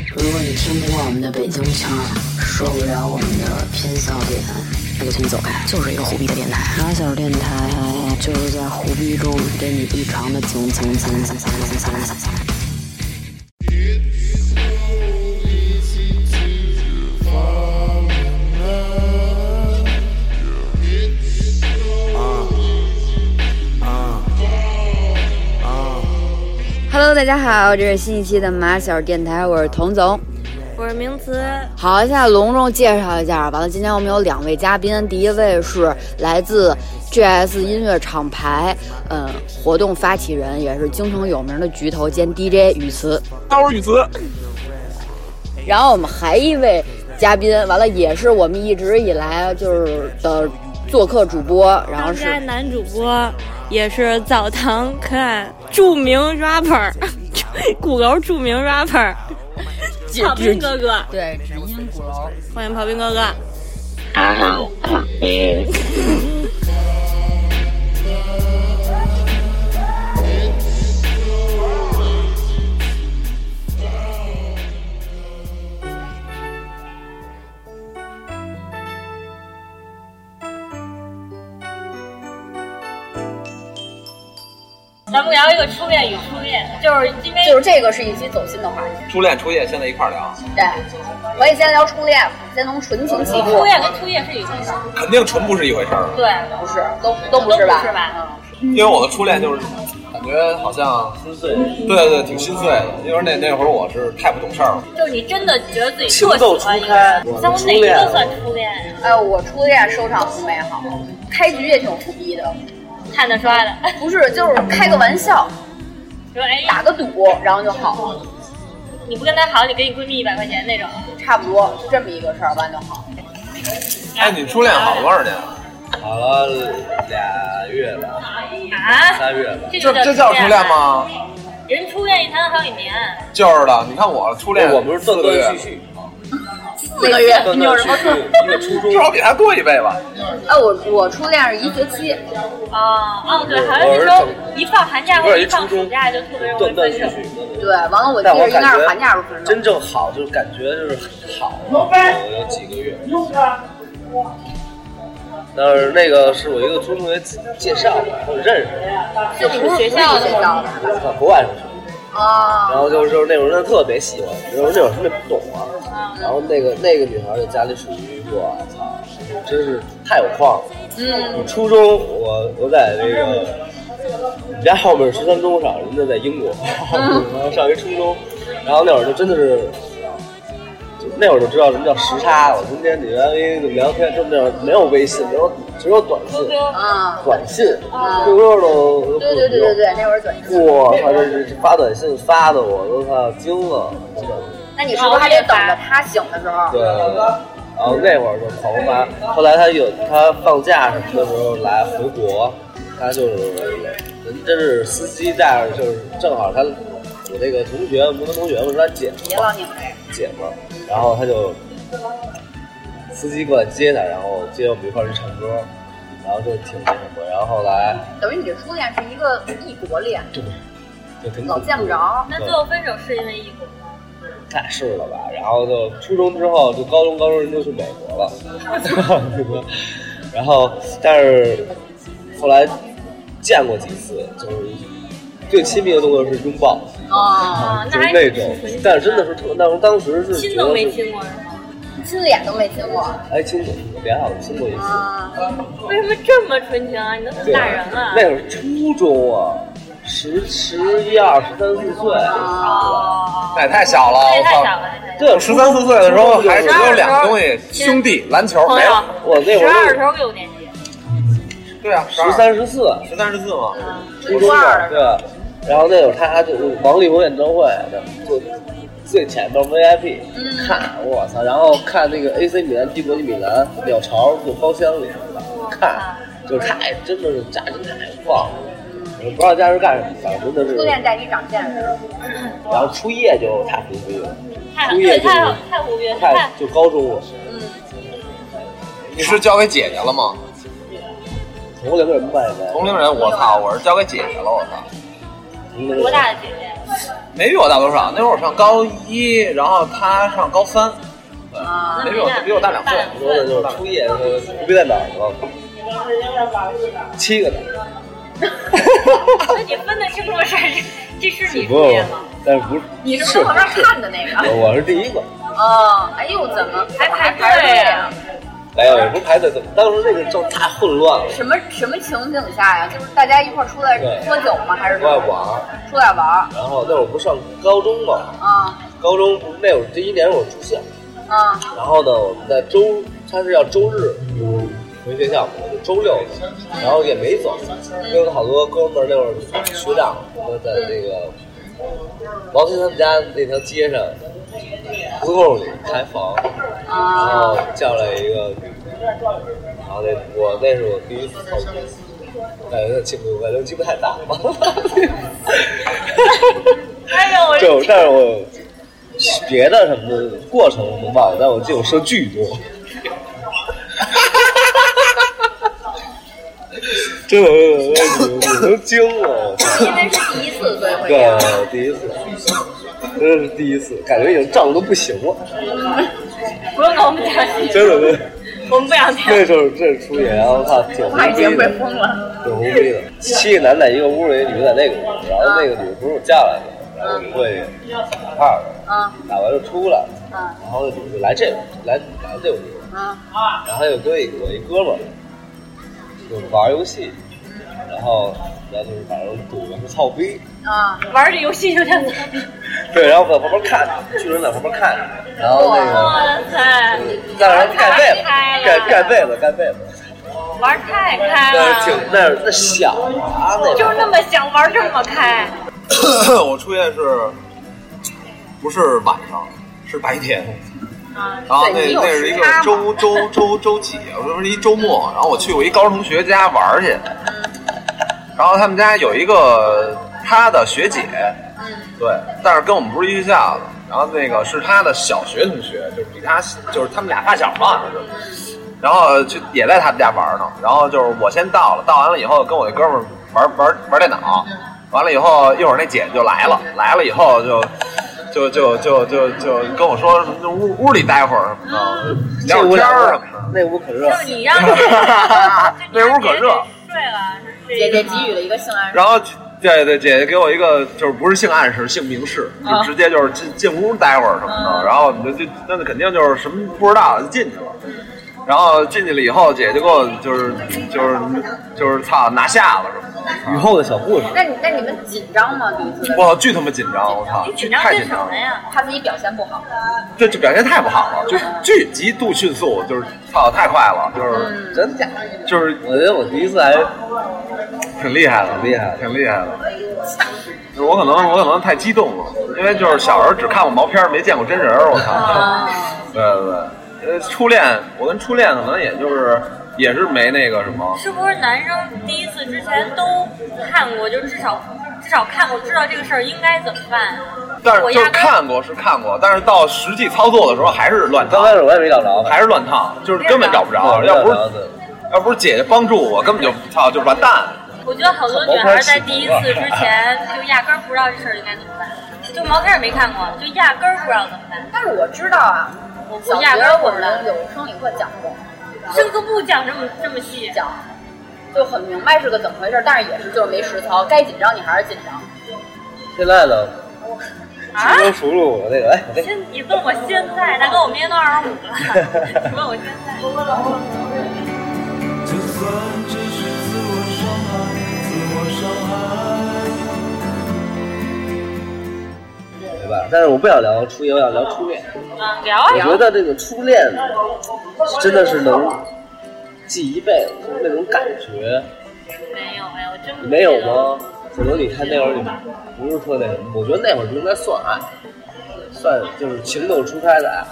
听不惯我们的北京腔儿，受不了我们的偏笑点，那就请你走开。就是一个虎逼的电台，傻小电台就是在虎逼中给你异常的蹭蹭蹭蹭蹭蹭蹭蹭蹭。 Hello，大家好，这是新一期的马小电台，我是童总。我是名词，好，现在隆重介绍一下，完了，今天我们有两位嘉宾，第一位是来自 GS 音乐厂牌，嗯，活动发起人，也是京城有名的局头兼 DJ 雨慈。大伙儿雨词，然后我们还一位嘉宾，完了也是我们一直以来就是的做客主播，然后当是家男主播，也是澡堂 clan 著名 rapper，鼓楼著名 rapper，炮兵哥哥，对只因鼓楼。欢迎炮兵哥哥。咱们聊一个初恋与初恋，就是因为就是这个是一期走心的话题，初恋初夜现在一块儿聊，对，可以先聊初恋，先从纯情起步初。恋跟初夜是一回事儿，肯定纯不是一回事儿了。对，不是，都都都不是吧？是吧？因为我的初恋就是感觉好像心碎，对对，挺心碎的。因为那那会儿我是太不懂事儿了，就是你真的觉得自己特喜欢一个人，像我哪一个算初恋？哎，我初恋收场不美好，开局也挺胡逼的，看得出来的， 不是，就是开个玩笑，说哎，打个赌，然后就好了，你不跟他好，你给你闺蜜一百块钱那种。差不多就这么一个事儿，完就好。哎，你初恋好了多少年啊了？跑了俩月吧，啊，仨月吧。这就这这叫初恋恋？啊吗？人初恋一谈好几年，就是的，你看我初恋，哎我们是四断个断月续，续，四个月，断断续续，因为初中至少比他多一倍吧。哎，我我初恋是一学期，啊，哦对，好像那时候一放寒假或者一放暑假就特别容易断断分续手。续。对，完了我记但我得应感该是觉寒假时候分手。真正好，就是感觉就是好了，有几个月。但是那个是我一个初中同学介绍的，我认识的，就你们学校的学吗校的在国外上学。然啊，后就是就是那会儿真的特别喜欢，然后那会儿真的不懂嗯啊。然后那个那个女孩儿的家里属于我操，真是太有矿了。嗯，我初中我我在那个我们家后面是十三中上，人家在英国， 然后上一初中，然后那会儿就真的是，就那会儿就知道什么叫时差。我今天你原来哎怎么聊天，就那会儿没有微信，没有只有短信，啊，短信，QQ 都都不对对对对用对，那会儿短信。我操，这是发短信发的，我都操惊了，真的。那你是不是还得等着他醒的时候？对，然后那会儿就狂发，后来他有他放假什么的时候来回国，他就是人真是司机带着，就是正好他我那个同学摩托同学嘛是他姐别夫老嘛拧这姐夫，然后他就呃司机过来接他，然后接我们一块儿去唱歌，然后就挺那什么，然后后来个，等于你这初恋是一个异国恋，就就挺老见不着。那最后分手是因为异国，太是了吧？然后就初中之后，就高中，高中人就去美国了， 然后但是后来见过几次，就是最亲密的动作是拥抱，啊，啊，就那还是那种，但是真的是特，但是当时是亲觉都得没是亲过是吗？亲脸都没亲过。哎亲过，脸好像亲过一次，啊，为什么这么纯情啊？你都这么对，大人了，那会儿初中啊，十十一二、十三四岁，哦，那也太小了，那也我太操！小了，那也太小了。对，十三四岁的时候初中就还只有两个东西，十二兄弟篮球朋没友了。，我那会十二的儿时候六年级，对啊，十三三十四。十三十四嘛。初中的，对。然后那会儿他还就王力宏演唱会，就最前头 VIP 嗯看，我操！然后看那个 AC 米兰、帝国米兰鸟巢就包厢里看，啊就是太真的是家真太棒了。我不知道家是干什么的，真的是初。恋带你长见识。然后初夜就太胡逼了，太初对夜就太好太无缘，太太就高中了。你是交给姐姐了吗？同龄人嘛，应该同龄人，我操，我是交给姐姐了，我操。同龄人多大的姐姐？没比我大多啊少。那会儿我上高一，然后他 上高三，对，啊没比我啊比我大两岁。说的就是初夜的时候不必在哪儿了，啊七个呢，那你分的清楚是这是你只职不过业吗？但是不是你是是从我这儿看的那个？我是第一个。哦， 哎呦，怎么还啊排队呀？没哎有，也不是排队，怎么当时那个就太混乱了，什么什么情景下呀？就是大家一块儿出来对喝酒吗？还是出来玩儿。出来玩儿？然后那会儿不上高中嘛，啊高中不是那会儿第一年我住校，啊然后呢，我们在周他是要周日回学校，我就周六去，然后也没走，跟好多哥们儿那会儿学长都在那个王鑫他们家那条街上胡同里开房，然啊！后叫来一个女的，然后那我那是我第一次操逼，感觉那鸡不感觉鸡不太大吧。 哎呦，我就但是我别的什么的过程我忘了，但我记得我射巨多。 真的，我都惊了。因为是第一次，所以会这对样。，第一次，真的是第一次，感觉已经胀得都不行了。嗯不用跟我们讲细节， 真的，真的我们不想听。那时候这出演，然后他挺我已牛逼经被的。封了。挺无逼的，七个男在一个屋里，女的在那个屋，然后那个女的不是我嫁来的，然后我会打炮的，啊打完就出来了，啊然后那女的就来这屋，来来这屋，啊！然后又跟一我一哥们儿就玩游戏，然后然后就是反正赌什么操逼，啊，玩这游戏有点难。对，然后我在旁边看着，巨人在旁边看着，然后那个哇塞，在那盖被子，盖盖被子，盖被啊子， 玩太开那是了，挺那是那小啊，那就是那么想玩这么开。我出夜是，不是晚上，是白天。然后对那你有那是一时个差嘛周周周周几，我说是一周末，然后我去我一高中同学家玩儿去，然后他们家有一个他的学姐，对，但是跟我们不是一学校的，然后那个是他的小学同学，就是比他就是他们俩发小嘛，就是，然后就也在他们家玩儿呢，然后就是我先到了，到完了以后跟我那哥们儿玩玩玩电脑，完了以后一会儿那姐就来了，来了以后就。就就就就就跟我说那屋屋里待会儿什么的，聊会这屋儿天儿啊凉什快么那屋可热，你让 的。那屋可热，睡了，是姐姐给予了一个性暗示。然后对对，姐姐给我一个就是不是性暗示，性明示，啊就直接就是进进屋待会儿什么的，然后你就就那肯定就是什么不知道就进去了。嗯然后进去了以后，姐姐就给我就是就是就是操拿下了什么的，雨后的小故事。那你那你们紧张吗？第一次的时候我巨他妈紧张，我操，紧张太干紧什张了么，呀？怕自己表现不好。这这表现太不好了，就嗯巨极度迅速，就是操太快了，嗯就是真假？就是我觉得我第一次还挺厉害的，挺厉害的挺厉害的。就是我可能我可能太激动了，因为就是小时候只看过毛片儿，没见过真人儿，我操。啊 对对对，呃，初恋，我跟初恋可能也就是也是没那个什么，是不是男生第一次之前都看过，就至少至少看过，知道这个事儿应该怎么办？但是我就压是根儿看过是看过，但是到实际操作的时候还是乱刚套开，始我也没找着，还是乱套，就是根本找不着。对要不是找着对要不是姐姐帮助我，根本就操就完蛋。我觉得好多女孩在第一次之前就压根儿不知道这事儿应该怎么办，就毛片儿也没看过，就压根儿不知道怎么办。但是我知道啊，我不小压学根儿不我知道们，有生理课讲过，生个不讲这么这么细，讲就很明白是个怎么回事，但是也是就是没实操，该紧张你还是紧张。现在呢，啊轻车熟路我那个，哎，我那个现你问我现在，大哥，我明年都二十五了， 你问我现在。就算这是自我伤害，自我伤害。对吧？但是我不想聊初一，我想聊初恋。嗯，聊啊我聊。觉得这个初恋真的是能记一辈子，就是那种感觉。没有没有，真不你没有？吗？可能你看那会儿你不是特那什么，我觉得那会儿就应该算爱，算就是情窦初开的爱，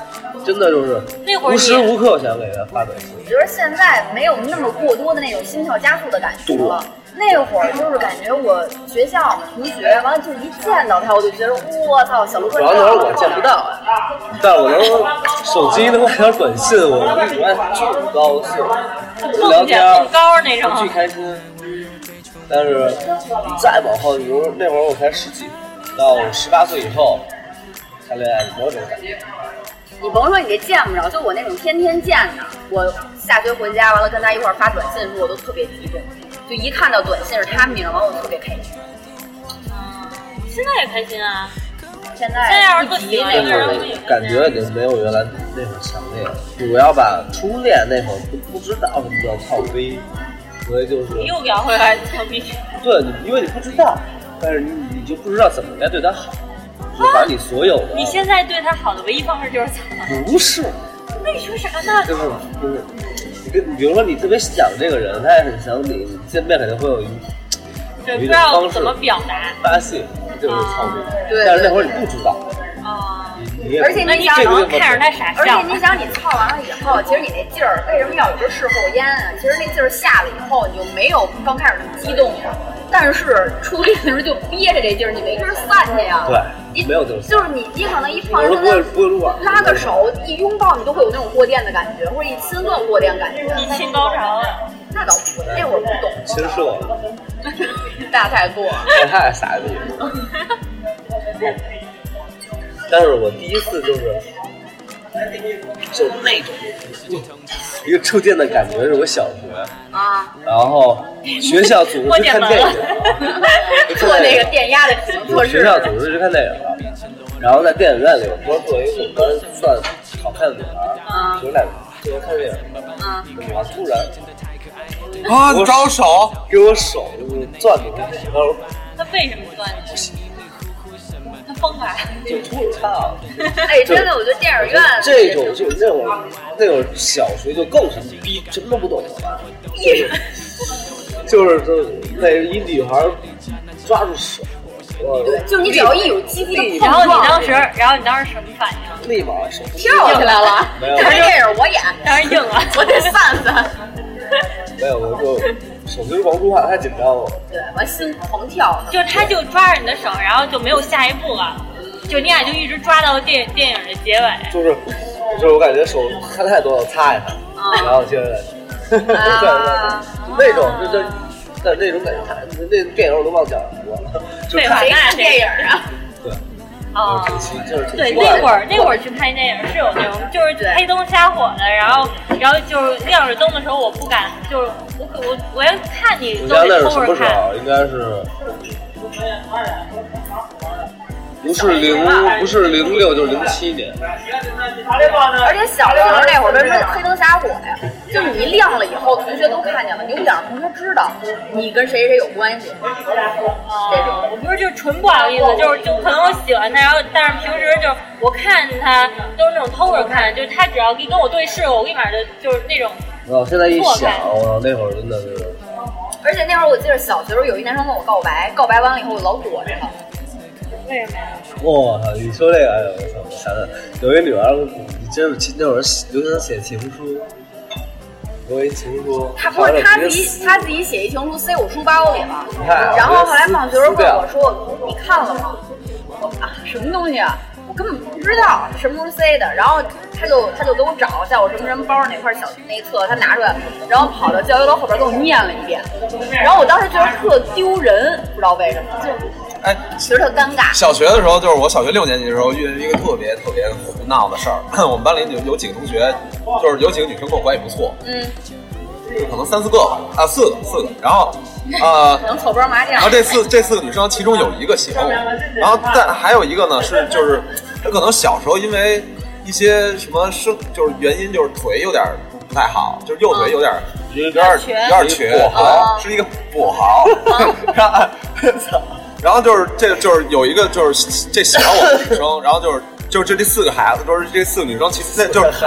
真的就是那会儿无你时无刻想给他发短信。我觉得现在没有那么过多的那种心跳加速的感觉了。那会儿就是感觉我学校我们同学，完了就一见到他，我就觉得我操，小鹿主哥，要那会儿我见不到啊呀，但我能手机能看条短信，我一般巨哎高兴，就聊梦天见儿更高那种。巨开心。但是再往后，你说那会儿我才十几，到十八岁以后谈恋爱，没有这种感觉。你甭说你这见不着，就我那种天天见的，我下学回家完了跟他一块儿发短信的时候，我都特别激动，就一看到短信是他名儿，完了我特别开心。现在也开心啊，现现在在要是不一提急那那但个人个，是感觉已经没有原来那会儿强烈了。我要把初恋那会儿不不知道什么叫靠背，所以就是又聊回来操逼。对，你因为你不知道，但是你你就不知道怎么该对他好，就把你所有的你现在对他好的唯一方式就是操，不是，那你说啥呢？就是就是，你跟你比如说你特别想这个人，他也很想你，你见面肯定会有一对，不知道怎么表达发泄，就是操你。对但是那会儿你不知道，啊。你你也而且那你你想只能看着他傻而且笑。你想，你操完了以后，其实你那劲儿为什么要有这事后烟啊？其实那劲儿下了以后，你就没有刚开始那么激动了。但是初恋的时候就憋着这劲儿，你没地儿散去呀。对你没有地儿散就是你，你可能一碰我都上不会不会啊撸管，拉个手，一拥抱，你都会有那种过电的感觉，或者一亲顿过电感觉。一亲高潮啊了，那倒不会，那会儿不懂， 其实是我大太过。太太傻逼了。但是我第一次就是，就那种一个触电的感觉，是我小学。啊，然后学校组织去看电影，做那个电压的体能测学试，校组织去看电影了。然后在电影院里，我不是作为一个我们班算好看的女嗯孩，有俩就在看电影，然后突然啊，你招手，给我手就是攥住，然后他为什么钻你？他疯了，就突然啊，哎，真的，我觉得电影院这种就那会儿那会儿小学就更是逼，什么都不懂了，艺术就是就是那一女孩抓住手，我 就是你只要一有激烈的然碰后撞，你当时，然后你当时什么反应？立马手跳起来了，没有但是这是我演，当时硬了， 我得散散。没有，我就手心狂出汗，太紧张了。对，完心狂跳，就他就抓着你的手，然后就没有下一步了，就你俩就一直抓到电电影的结尾。就是就是我感觉手汗太多了，擦一擦，啊然后接着再对啊 对对，那种就是但那种感觉太，那电影我都忘讲了，就废话看谁看电影啊？ 对，哦，挺奇就是挺对，奇怪的那会儿那会儿去拍电影是有那种，就是对黑灯瞎火的，然后然后就是亮着灯的时候，我不敢，就是我可我我要看你我都家那得是偷什着么时看。候？应该是。不是零，不是零六，就是零七年。而且小的时候那会儿为什么黑灯瞎火呀？就是你一亮了以后，同学都看见了，你不想让同学知道你跟谁谁有关系，哦这种。我不是就纯不好意思，就是就可能我喜欢他，然后但是平时就是我看他都是那种偷着看，就是他只要一跟我对视，我立马就就是那种我现在一错想开，我那会儿真的是，而且那会儿我记得小学时候有一男生跟我告白，告白完了以后我老躲着他，为什么呀？我操！你说这个，哎呦，我操！我想想，有一女孩，你真是那会儿流行写情书，我有一情书，他不是他然后自直接己他自己写一情书塞我书包里了你看啊，然后后来放学时候撕问掉我说你看了吗？我啊什么东西啊？我根本不知道什么时候塞的，然后他就他就给我找，在我什么什么包那块小内侧，他拿出来，然后跑到教学楼后边给我念了一遍，然后我当时觉得特丢人，不知道为什么，就哎，觉得特尴尬。小学的时候，就是我小学六年级的时候遇见一个特别特别胡闹的事儿。 我们班里有有几个同学，就是有几个女生跟我关系不错，嗯，可能三四个吧，啊，四个四个。然后，呃，能凑包麻将然啊后。这四这四个女生，其中有一个喜欢我，然后但还有一个呢是就是，她可能小时候因为一些什么生就是原因，就是腿有点不不太好，就是右腿有点有点有点瘸，对是一个跛豪。然后操 然后就是这就是有一个就是这喜欢我的女生，然后就是就是这这四个孩子都是这四个女生，其实那就是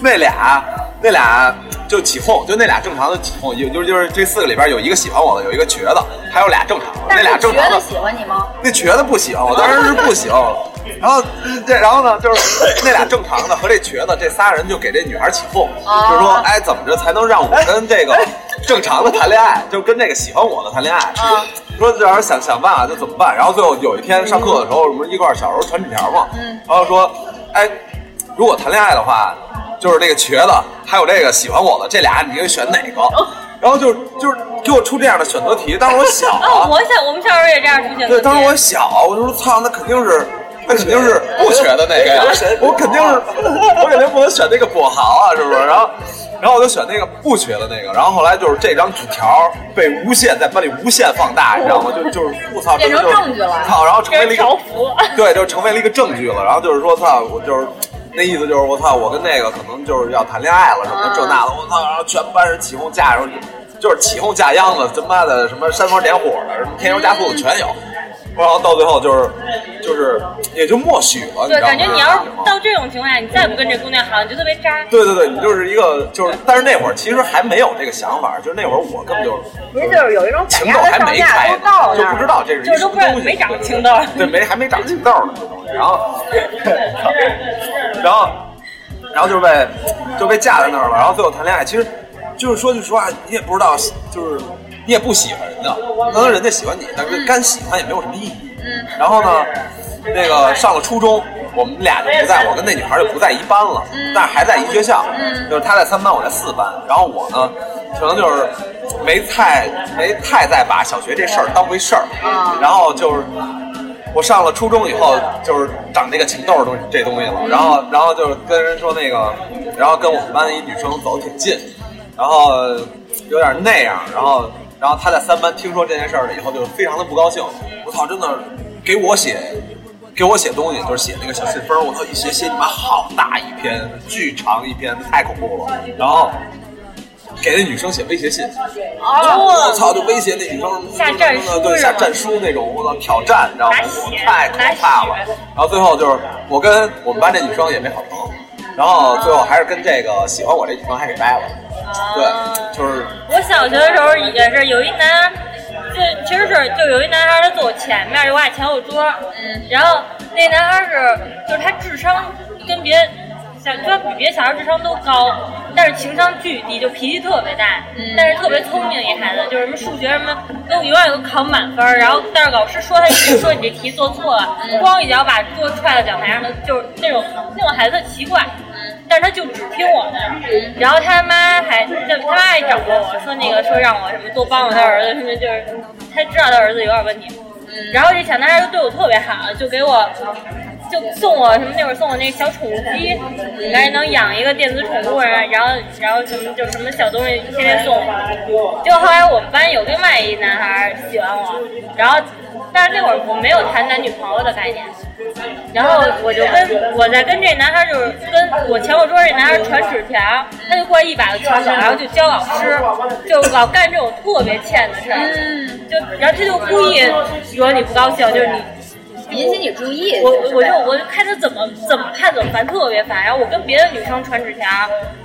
那俩那俩就起哄，就那俩正常的起哄，有就是就是这四个里边有一个喜欢我的，有一个瘸的，还有俩正常的，但那是俩你正觉常得的喜欢你吗？那瘸的不行，我当时是不行。然后这然后呢，就是那俩正常的和这瘸的这仨人就给这女孩起哄，就是说，哎，怎么着才能让我跟这个正常的谈恋爱，就跟这个喜欢我的谈恋爱？说这玩意儿想想办法就怎么办？然后最后有一天上课的时候，我们一块儿小时候传纸条嘛，然后说，哎，如果谈恋爱的话，就是这个瘸的还有这个喜欢我的这俩，你会选哪个？然后就是就是给我出这样的选择题，当时我小哦，啊，我想我们小时候也这样出现对，的。当时我小，我就说操，那肯定是，那肯定是不学的那个呀，我肯定是，我肯定不能选那个跛豪啊，是不是？然后，然后我就选那个不学的那个，然后后来就是这张纸条被无限在班里无限放大，你知道吗？就就是我操，变成这个就是证据了操，然后成为给了一人个条幅，对，就成为了一个证据了。然后就是说，操，我就是那意思就是我操，我跟那个可能就是要谈恋爱了什么的这嗯那的，我操，然后全班人起哄架，然后就是起哄架秧子，他妈的什么煽风点火的，什么添油加醋的全有。然后到最后就是就是也就默许了，你知对，道吗感觉你要是到这种情况下，你再不跟这姑娘好，你就特别渣。对对对，你就是一个就是，但是那会儿其实还没有这个想法，就是那会儿我根本就您就是有一种赶情鸭豆子还上没架开都到呢，就那不知儿，道这是一就是什都么不知道东西，没长对对青豆对对，没还没长青豆呢，这东西。 然后， 然后，然后就被就被架在那儿了。然后最后谈恋爱，其实就是说句实话，你也不知道，就是你也不喜欢人家，可能人家喜欢你，但是干喜欢也没有什么意义。然后呢，那个上了初中，我们俩就不在，我跟那女孩就不在一班了，但是还在一学校，就是她在三班，我在四班。然后我呢，可能就是没太没太再把小学这事儿当回事儿，然后就是。我上了初中以后，就是长这个情窦儿东西这东西了，然后然后就是跟人说那个，然后跟我们班一女生走得挺近，然后有点那样，然后然后她在三班听说这件事儿了以后，就非常的不高兴。我操，真的给我写给我写东西，就是写那个小信封儿，我操，一写写你妈好大一篇，巨长一篇，太恐怖了。然后给那女生写威胁信，我操，就威胁那女生哦下战书对是吗下战书那种，我操，挑战，你知道吗拿？血太可怕了拿血。然后最后就是我跟我们班这女生也没好成，然哦后最后还是跟这个喜欢我这女生还给掰了。对，就是我小学的时候也是有一男，就其实是就有一男孩儿他坐我前面，我俩前后桌，嗯，然后那男孩儿是就是他智商跟别小就比别小孩儿智商都高，但是情商巨低，就脾气特别大，但是特别聪明一孩子，就是什么数学什么跟我永远都考满分儿，然后但是老师说他一直说你这题做错了，咣一脚把桌踹到讲台上的，就是那种那种孩子奇怪。但是他就只听我的，然后他妈还就他妈还找过我说那个说让我什么多帮帮他儿子什么，就是他知道他儿子有点问题，然后这小男孩就对我特别好，就给我就送我什么那会儿送我那小宠物鸡，赶紧能养一个电子宠物啊，然后然后什么就什么小东西天天送我。结果后来我们班有另外一男孩喜欢我，然后但是那会儿我没有谈男女朋友的概念，然后我就跟我在跟这男孩就是跟我前后桌这男孩传纸条，他就过来一把就抢走，然后就教老师，就老干这种特别欠的事儿，就然后他就故意惹你不高兴，就是你引起你注意。我是我吧就我就看他怎么怎么看怎么烦，特别烦。然后我跟别的女生传纸条，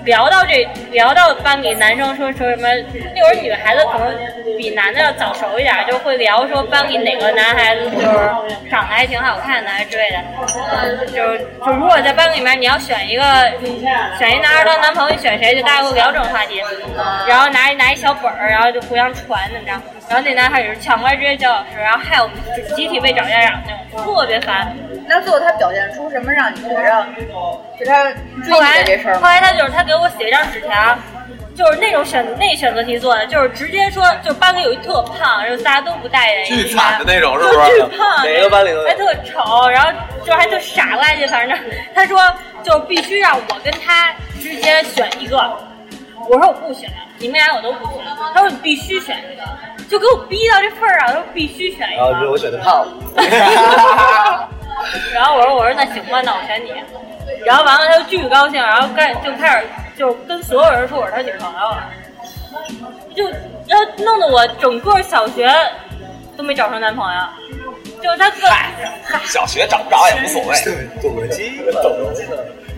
聊到这聊到班里男生说说什么，那会儿女孩子可能比男的要早熟一点，就会聊说班里哪个男孩子就是长得还挺好看的啊之类的。呃就是就如果在班里面你要选一个选一男孩当男朋友，你选谁？就大家都聊这种话题，然后拿一拿一小本儿，然后就互相传怎么着。然后那男孩也是抢过来直接教老师，然后害我们集体被找家长那种，特别烦。那最后他表现出什么让你觉着是他追后来你的这事儿后吗？来他就是他给我写一张纸条，就是那种选那选择题做的，就是直接说，就班里有一特胖，然后大家都不待见，巨惨的那种，是不巨是？胖，哪个班里都有还特丑，然后就还特傻吧唧，反正他说就必须让我跟他之间选一个，我说我不选，你们俩我都不选，他说你必须选一个，就给我逼到这份儿上，他说必须选一然后啊就是个，我选的胖子。 然后我说我说那行吧，那我选你，然后完了他就巨高兴，然后开就开始就跟所有人说我是他女朋友了，就然后弄得我整个小学都没找着男朋友。就是他个小学长不长也无所谓。不懂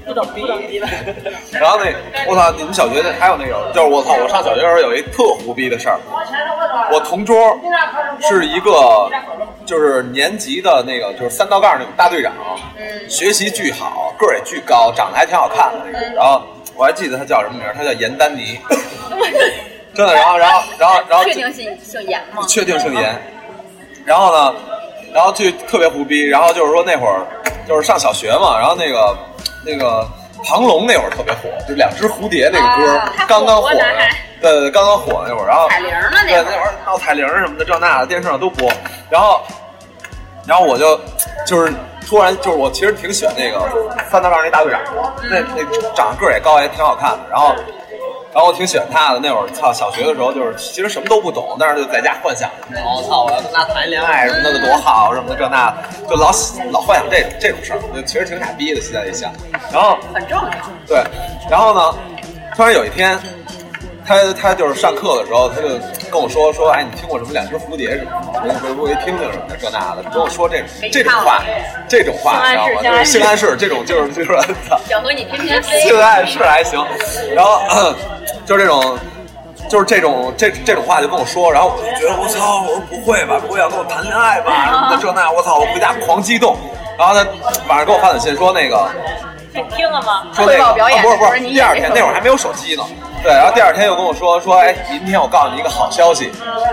不懂逼吧？然后那我操，你们小学那还有那种，就是我操，我上小学的时候有一特胡逼的事儿，我同桌是一个就是年级的那个就是三道杠那种大队长，学习巨好，个儿也巨高，长得还挺好看的那种。然后我还记得他叫什么名儿，他叫严丹妮，真的。然后然后然后然后确定姓姓严吗？确定姓严。然后呢，然后就特别胡逼，然后就是说那会儿就是上小学嘛，然后那个那个庞龙那会儿特别火，就两只蝴蝶那个歌、啊太火刚刚火了还，对对，对刚刚火那会儿，然后彩铃儿呢那会对儿那会儿闹彩铃儿什么的，这那的电视上都播，然后然后我就就是突然就是我其实挺喜欢那个三大胖那大队长，嗯那那长得个儿也高也挺好看的，然后。然后我挺喜欢他的，那会儿操，小学的时候就是其实什么都不懂，但是就在家幻想，我操，我要跟他谈恋爱什么的多好，什么的这那，就老老幻想这种这种事儿，就其实挺傻逼的。现在一想，然后很正常。对，然后呢，突然有一天，他他就是上课的时候，他就跟我说说，哎，你听过什么两只蝴蝶什么的，我回回听听什么的这那的，跟我说这这种话，这种话，你知道吗？就是性暗示这种就是就是 操。小何，你天天飞 性，暗示还行，然后咳就是这种。就是这种这这种话就跟我说，然后我就觉得我操，我说不会吧，不会啊要跟我谈恋爱吧什么的这那，我操，我回家狂激动。然后他晚上给我发短信说那个你听了吗？说那汇个报表演啊不是不不是是，你第二天那会儿还没有手机呢。对，然后第二天又跟我说说，哎，明天我告诉你一个好消息，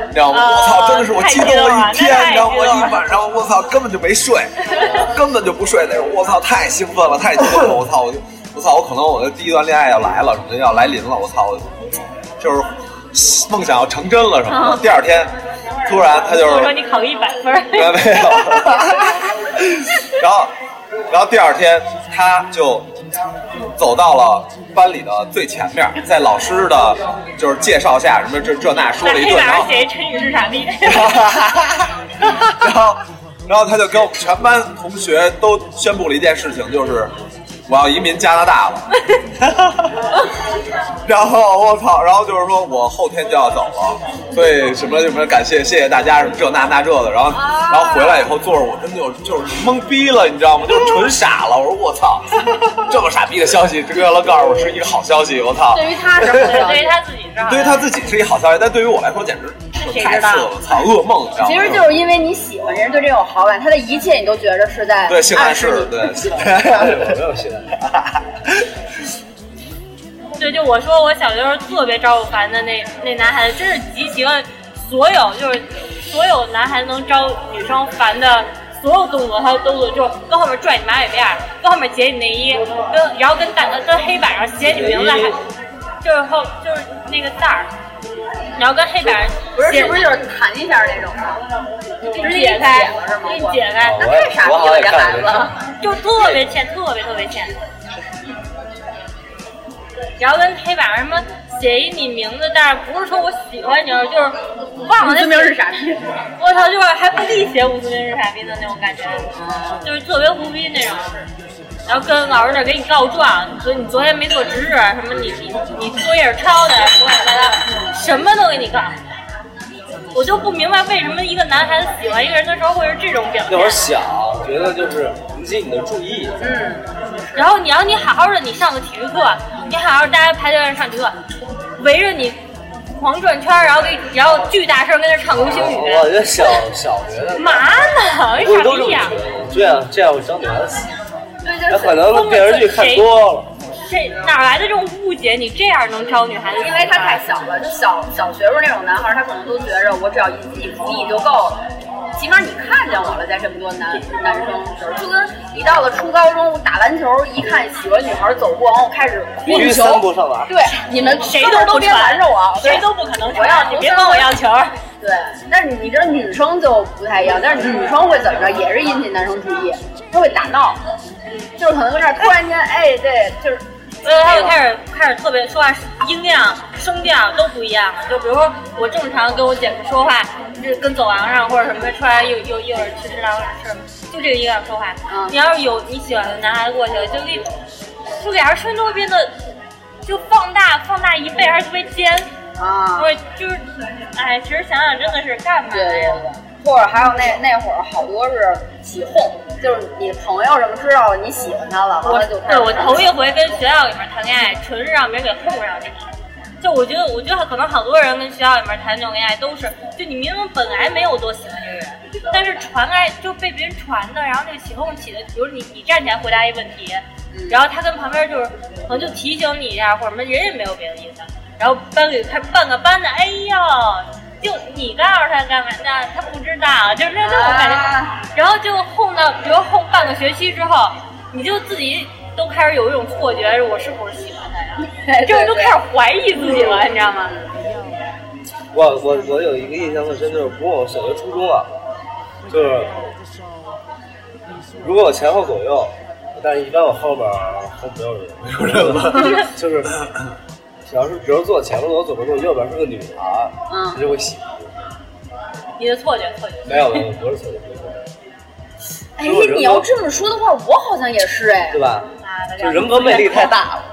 你知道吗？我操，真的是我激动了一天，太你激知道动了吗？我一晚上，我操，根本就没睡，根本就不睡那种，我操，太兴奋了，太激动了，我操，我就，我操，我可能我的第一段恋爱要来了，什么要来临了，我操，我就是梦想要成真了什么的。第二天，突然他就是我说你考个一百分儿。没有，没有。然后，然后第二天他就走到了班里的最前面，在老师的就是介绍下，什么这这那说在了一黑顿，板然后上写一陈宇是傻逼。然后，然后他就跟我们全班同学都宣布了一件事情，就是我要移民加拿大 了。然后我操，然后就是说我后天就要走了，所以什么什么感谢谢谢大家什么这那那这的，然后然后回来以后坐着我真的就就是懵逼了，你知道吗？就是纯傻了。我说我操，这么傻逼的消息，这个要告诉我是一个好消息，我操。对于他是很对正于 他自己是好的对于他自己是一好消息，但对于我来说简直太次了，操，噩梦，你知道吗？其实就是因为你喜欢人，对这种好感，他的一切你都觉着是在对，性暗暗示，你对，我没有性暗对，就我说我小学时候特别招我烦的那那男孩子，真是集齐了所有就是所有男孩子能招女生烦的所有动作，他都做，就是跟后面拽你马尾辫儿，跟后面解你内衣，跟然后跟蛋跟黑板上写你名字，还就是后就是那个字儿，然后跟黑板上不是写是不是就是弹一下那种的？直接一开，给你解开，那太傻逼我好了，像这也干孩子过这事儿就特别欠，特别特别欠。然后跟黑板上什么写一你名字，但是不是说我喜欢你，就是忘了那自名是傻逼，我操，就是还不地写五字名是傻逼的那种感觉，就是特别胡逼那种。然后跟老师那儿给你告状，你昨你昨天没做值日，啊什么你你你作业是抄的，乱七八糟，什么都给你告。我就不明白为什么一个男孩子喜欢一个人的时候会是这种表那现会儿。小，觉得就是引起你的注意，然后你要你好好的，你上个体育课，你好好大家排队在那上体育课，围着你狂转圈儿，然后给然后巨大声跟那唱流行我我语，觉得小小觉得嘛呢？我傻哦都这逼么呀、觉得，这样这样会伤男死。对，那就可是能电视剧看多了，这哪来的这种误解？你这样能招女孩子喜欢？因为他太小了，就小小学时候那种男孩，他可能都觉着我只要引起你注意就够了。起码你看见我了，在这么多男男生的时候，就跟你到了初高中打篮球，一看喜欢女孩走过，然后开始必须运三步球，上篮。对，你们谁哥们儿都都不别拦传着我啊，对谁都不可能我要传，你别管我要球儿。对，但是你这女生就不太一样，但是女生会怎么着，也是引起男生注意，她会打闹，就是可能跟这儿突然间，哎，对，就是呃，他就开始开始特别说话音量、声调都不一样了。就比如说我正常跟我姐夫说话，就是跟走廊上或者什么出来又又又是吃食堂或者吃什么，就这个音量说话。嗯你要是有你喜欢的男孩子过去了，就给就俩人声音都会变得就放大放大一倍，还是特别尖。啊我就是，哎，其实想想真的是干嘛对对呀？对，或者还有那那会儿好多是起哄，就是你朋友什么知道了你喜欢他了，完我了就开对始我头一回跟学校里面谈恋爱，纯是让别人给哄上去的。就我觉得，我觉得可能好多人跟学校里面谈这种恋爱都是，就你明明本来没有多喜欢这个人，但是传开就被别人传的，然后那个起哄起的，比如你你站起来回答一问题，然后他跟旁边就是可能就提醒你一下或者什么，人也没有别的意思，然后班里他半个班的，哎呦，就你告诉他干嘛呢？他不知道，就是那种感觉。啊然后就哄到，比如哄半个学期之后，你就自己都开始有一种错觉，我是不是喜欢他呀？哎对就是都开始怀疑自己了，你嗯知道吗？我我我有一个印象特深，就是不过我小学初中啊，就是如果我前后左右，但是一般我后边儿后没有人，没有人了， 就是只要是只要坐前面，我左边坐右边是个女孩，嗯她就会喜欢。你的错觉，错觉。没有没有，不是错觉，不是错觉，哎，你要这么说的话，我好像也是哎对。吧？啊大就家人格魅力太大了，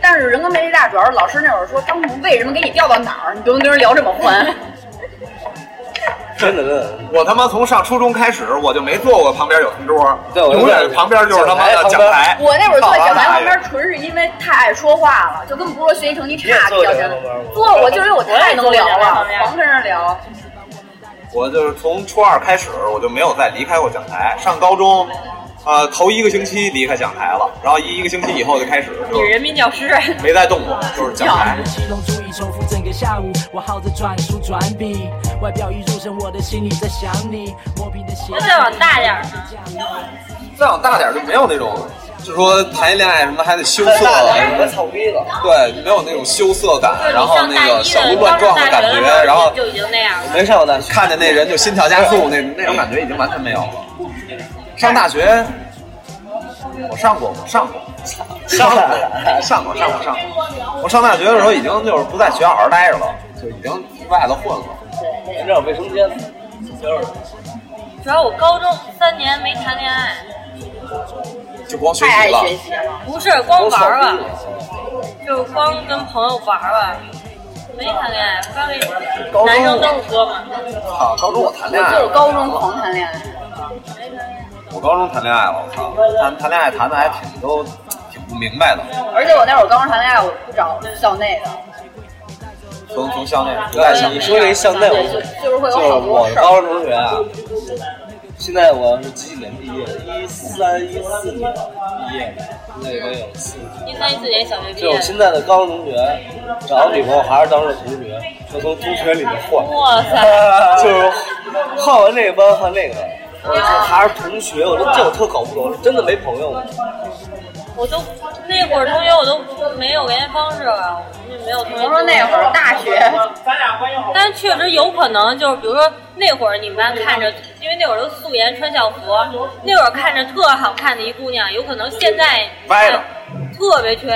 但是人跟没力大，主要是老师那会儿说张鹏为什么给你调到哪儿，你都能跟人聊这么 欢。真的真的。 我他妈从上初中开始，我就没坐过旁边有同桌，对我就永在远旁边就是他妈的讲讲台台。我那会儿坐在讲台旁边，纯是因为太爱说话了，就跟不是说学习成绩差比较你也坐在讲简台旁边吗单。坐我就是因为我太能聊了，狂跟人聊。我就是从初二开始，我就没有再离开过讲台。上高中，呃，头一个星期离开讲台了，然后一一个星期以后就开始就你是人民教师，啊没再动过，就是讲台。七龙珠已重复整个下午，我耗着转书转笔，外表已入神，我的心里在想你。磨平的鞋那再往大点儿呢？再往大点儿就没有那种，就说谈恋爱什么还得羞太涩大了，点，我操逼了。对，没有那种羞涩就是感，你然后上那大个一小的，鹿刚乱上撞的大感学觉的时候，然后就已经那样了。没上过大学，看见那人就心跳加速，那那种感觉已经完全没有了。上大学，我上过，我 上过，上过，上过，上过，上过。我上大学的时候已经就是不在学校好好待着了，就已经外头混了。你知道卫生间吗？就是主要我高中三年没谈恋爱，就光学太习爱了。学习了，不是光都玩扫儿地了，了。就光跟朋友玩儿了，没谈恋爱。不知道为什高么，中男生都是哥们儿。操，高中我谈恋爱就了，是高中狂谈恋爱。我高中谈恋爱了，我操，谈谈恋爱谈的还挺都挺不明白的，而且我那会儿高中谈恋爱，我不找校内的，从从校内不在校对，嗯内你说这一向内，我对，就就是会就有是好我多事的儿。高中同学啊，现在我是几几年毕业？一三一四年毕业的，那我有四年。一三一四年小学毕就业我，现在的高中同学，找女朋友还是当时的同学，就从同学里面换， 哇塞，就是换完这个班换那个班，我操，还是同学，我这这我特搞不懂，我是真的没朋友吗？我都那会儿同学我都没有联系方式了，我就没有同学。我说那会儿大学，但是确实有可能，就是比如说那会儿你们班看着，因为那会儿都素颜穿校服，那会儿看着特好看的一姑娘，有可能现在歪了特别缺。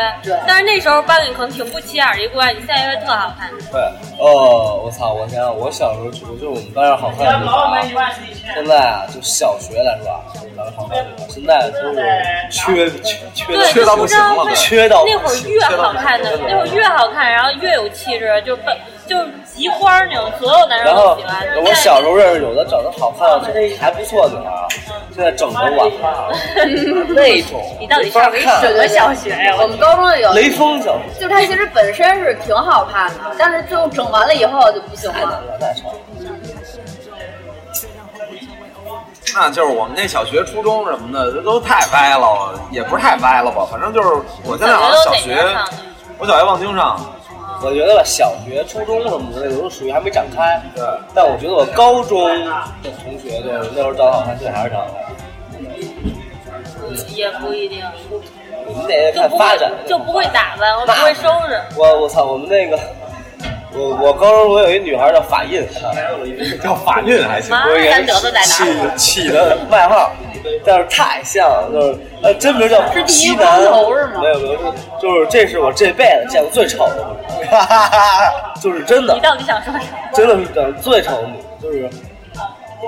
但是那时候班里可能挺不起眼儿的一姑娘，你现在觉得特好看。对，哦，我操！我想想，我小时候觉得就是我们班上好看的女孩啊，现在啊，就小学来说啊，我们班上好看的女孩，现在都是缺缺缺对，的就缺到不是行了会缺到不那会儿行越好看的，那会儿越好看，然后越有气质，就奔就是极花儿那种，所有男生然后都喜欢。我小时候认识有的长得好看、还不错的女孩啊，现在整的我靠，啊那种你到底上了一没法什看么小学呀？我们高中有，雷锋小姐就他其实本身是挺好看的，但是最后整完了以后就不行太难了。了，太丑了。那就是我们那小学、初中什么的，这都太歪了，也不是太歪了吧，反正就是我现在好像小学，我小学望京上，我觉得吧，小学、初中什么的那种都属于还没展开。对，但我觉得我高中的同学，对那时候长得好看，现在还是长得好看。也不一定，我们得就看不发展会，就不会打扮，我不会收拾。我我操，我们那个，我我高中我有一女孩叫法印，叫法运还行，妈我给呀，咱人得罪在哪儿？起起的外号，但是太像了，就是呃真名叫西南，没有没有，就就是这是我这辈子见过最丑的 女孩，就是真的你，到底想说啥？真的是长得最丑的女，就是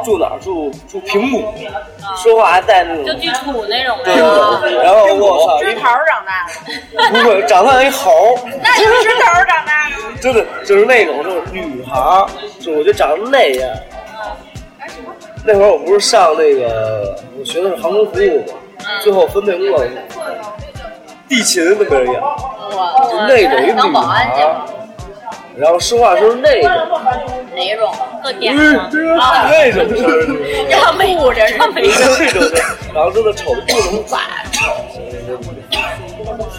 住哪儿住住平谷，说话还带那种就巨土那种对的。然后我操，枝头长大 的，一不是长得像一猴儿。那你是枝头长大的吗？真的就是那种就是女孩儿，就是我就长得那样。那会儿我不是上那个，我学的是航空服务嘛，最后分配工作，地勤都没人要， 就我那种一当女保安孩去儿了，，然后说话就是那种，哪种？特点嗯，吗？就是那种就是要没捂着是没有那种的，然后真的丑的不能再丑。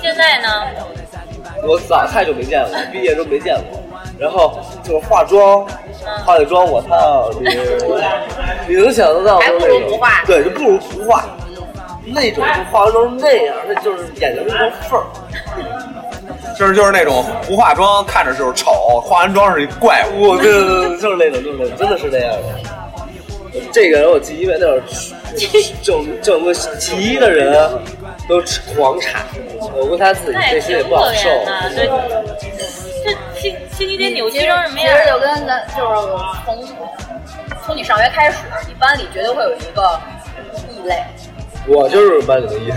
现在呢？我早太久没见过，毕业都没见过。然后就是化妆，嗯化的妆我 操你，你能想得到还就不是如那不种化，对，就不如不化。那种就化完妆那样，那就是眼睛是条缝儿。就是就是那种不化妆看着就是丑，化完妆是一怪物。我对对对，就是那种，就是那种，真的是那样的。这个人我记忆，因为那会儿整整个级的人都狂查，我估计他自己那内也心挺也不可好受。怜的，对，这心心里得扭曲成什么其样实？就跟咱就是从从你上学开始，你班里绝对会有一个异类，我就是班里的一，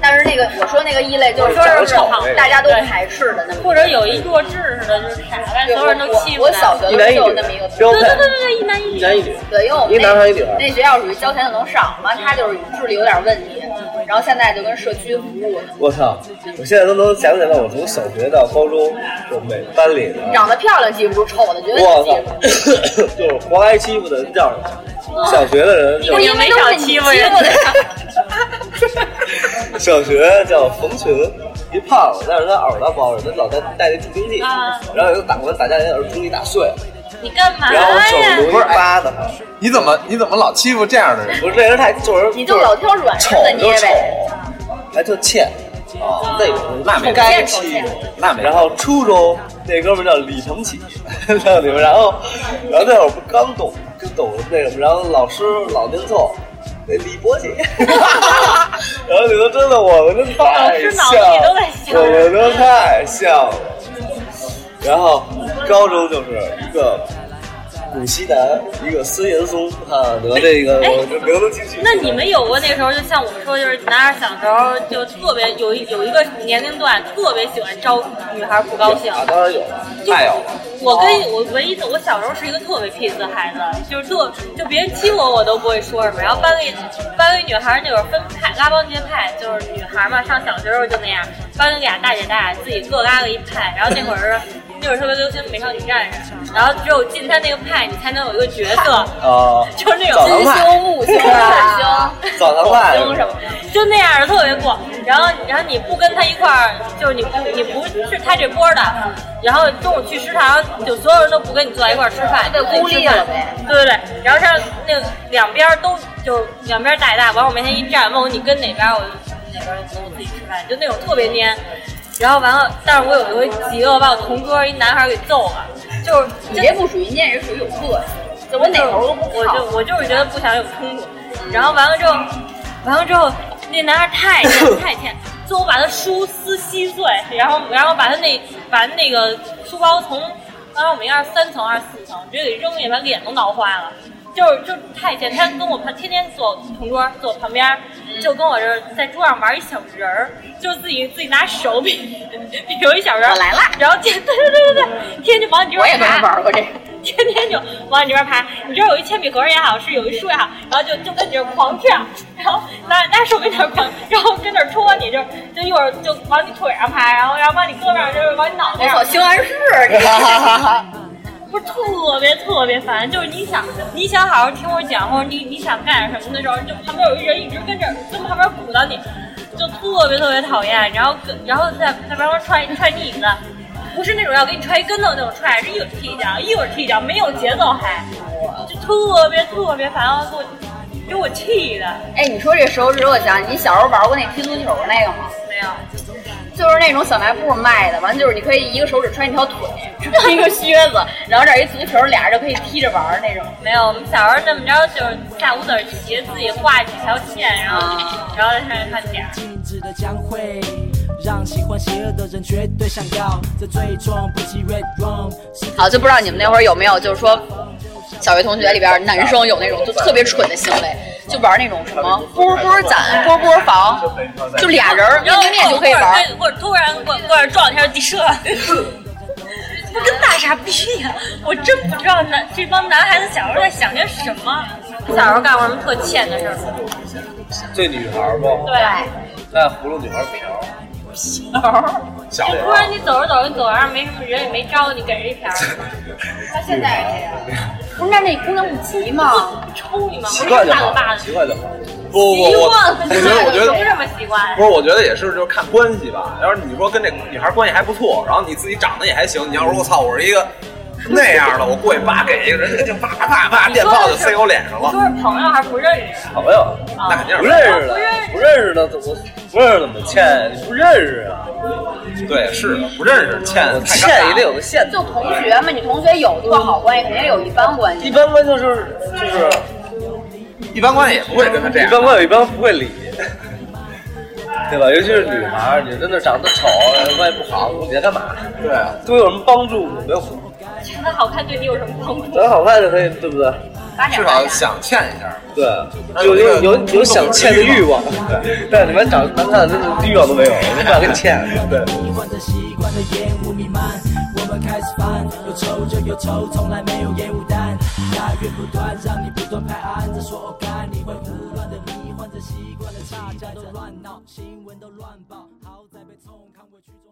但是那个我说那个异类就是说长得是丑那个大家都排斥的那么一个或者有一弱智似的，就是傻白，对所有人都我欺负我他小学的一男一时候就有那么一女个，标对对对配，对对，一男一一女。男一女，对，因为我们一男孩一女孩那那学校属于交钱就能上，完他就是智力有点问题，然后现在就跟社区服务，我操！我现在都能想起来，我从小学到高中，我每班里的，长得漂亮记不住，丑的绝对我记操住。，就是活该欺负的人叫什么？小学的人我就不也因为都是你欺负没的少欺，小学叫冯群，一胖子，但是他耳朵不好使，他老在带那助听器啊，然后有一次打过来打架，人耳珠一打碎了，你干嘛然后我手呀？留一疤的，你怎么你怎么老欺负这样的人？不是这人太就是你就老挑软丑柿子就捏丑呗。，还就欠，那种那没不该办法欺负。那没办然法后初中那哥们儿叫李承启， 知道你们？然后，然后那会儿不刚懂，就懂那什么，然后老师老念错，那李伯杰， 然后你说真的，我们都太师脑像子里都了在，想我们都太像了。然后高中就是一个古希南，一个孙岩松，啊，得这个哎我就留得进去。那你们有过那时候，就像我说，就是男孩小时候就特别有一有一个年龄段特别喜欢招女孩不高兴。啊，当然有了。太有了。我跟我唯一的，我小时候是一个特别 peace 的孩子，就是特就别人欺负我，我都不会说什么。然后班里班里女孩那会儿分派拉帮结派，就是女孩嘛，上小学时候就那样，班里俩大姐大自己各拉了一派。然后那会儿那会儿特别流行美少女战士，然后只有进他那个派，你才能有一个角色，啊，就是那早种堂派，胸木胸啊，早堂派，胸 什么的。就那样的特别过。然后，然后你不跟他一块儿，就是你不你不是他这波的，然后中午去食堂，就所有人都不跟你坐在一块儿吃饭，被孤立了呗对对对，然后上那个两边都就两边大爷大往我面前一站，问我你跟哪边儿，我就哪边儿跟我自己吃饭，就那种特别蔫。然后完了，但是我有一回急了，把我同桌一男孩儿给揍了，就是你这不属于念，这属于有个性。就我哪头都不我靠就。我就是觉得不想有冲突。然后完了之后，完了之后，那男 孩太欠太欠，最后把他书撕稀碎，然后然后把他那把那个书包从当时我们一二三层二四层直接给扔下去，把脸都挠花了。就是就是太欠，他跟我旁天天坐我同桌，坐我旁边儿，就跟我这儿在桌上玩一小人儿，就自己自己拿手比 比如一小人儿，我来啦然后天对对对对对，天天就往你这边我也跟爬他玩过这个，天天就往你这边爬，你这儿有一铅笔盒也好，是有一书也好，然后就就跟你这儿狂跳，然后拿拿手跟那儿狂，然后跟那儿戳你，就就一会儿就往你腿上爬，然后然后往你胳膊上，就是往你脑袋我操，，上胸安是这不是特别特别烦。就是你想你想好好听我讲，或者你你想干什么的时候，就旁边有一人一直跟着跟旁边鼓捣你，就特别特别讨厌。然后跟然后在在旁边踹踹你椅子。不是那种要给你踹一跟头那种踹，是一会儿踢一脚，一会儿踢一脚，没有节奏还，就特别特别烦，然后给我给我气的。哎，你说这手指，我想你小时候玩过那踢足球那个吗？没有，就是那种小卖部卖的，完就是你可以一个手指穿一条腿，穿一个靴子，然后这儿一足球，俩人就可以踢着玩儿那种。没有，我们小时候那么着就是下五子儿棋，自己画几条线，然后然后在上面看点儿。静止的将会让喜欢邪恶的人绝对想要，这最终不及 red room。好，就不知道你们那会儿有没有，就是说小学同学里边儿男生有那种就特别蠢的行为，就玩那种什么波波攒、波波房，就俩人儿面对面就可以玩儿。，或者突然过过来撞一下 地射，不跟大傻逼呀、我真不知道男这帮男孩子小时候在想些什么。小时候干过什么特欠的事儿？这女孩儿不？对，那葫芦女孩瓢，小就突然你走着走着走着没什么人也没招你，给人一瓢，他现在也这样，不是那那姑娘不急吗？抽你吗？习惯就大个好巴，子习，惯就好。不不不，我我觉得我觉得不这么习惯。不是，我觉得也是，就是看关系吧。要是你说跟这女孩关系还不错，然后你自己长得也还行，你要说我操，我是一个那样的我过去叭给一个人，就叭叭叭练炮就塞我脸上了，说是朋友还是不认识？朋友，那肯定不是认识的，不认识的怎么不认识怎么欠？你不认识啊？对，是的，不认识欠我太尴尬欠也得有个限度就。同学嘛，你同学有多好关系，肯定有一般关一系。般关系就是就是，一般关系也不会跟他这一样。般关系一般不会理，对吧？尤其是女孩儿，你真的长得丑，关系不好，你在干嘛？对啊，对我有什么帮助？没有，长得好看对你有什么帮助？长好看就可以，对不对？八点至少想欠一下。对那，有有有那个有有想欠的欲望， 但你们长得难看，真的欲望都没有，我不想跟你欠。对，迷幻的习惯的烟雾弥漫，我们开始翻，有仇就有仇，从来没有烟雾弹，大源不断，让你不断拍案，这所有感你会胡乱的迷幻着习惯的大家都乱闹，新闻都乱报，好在被冲康过去做。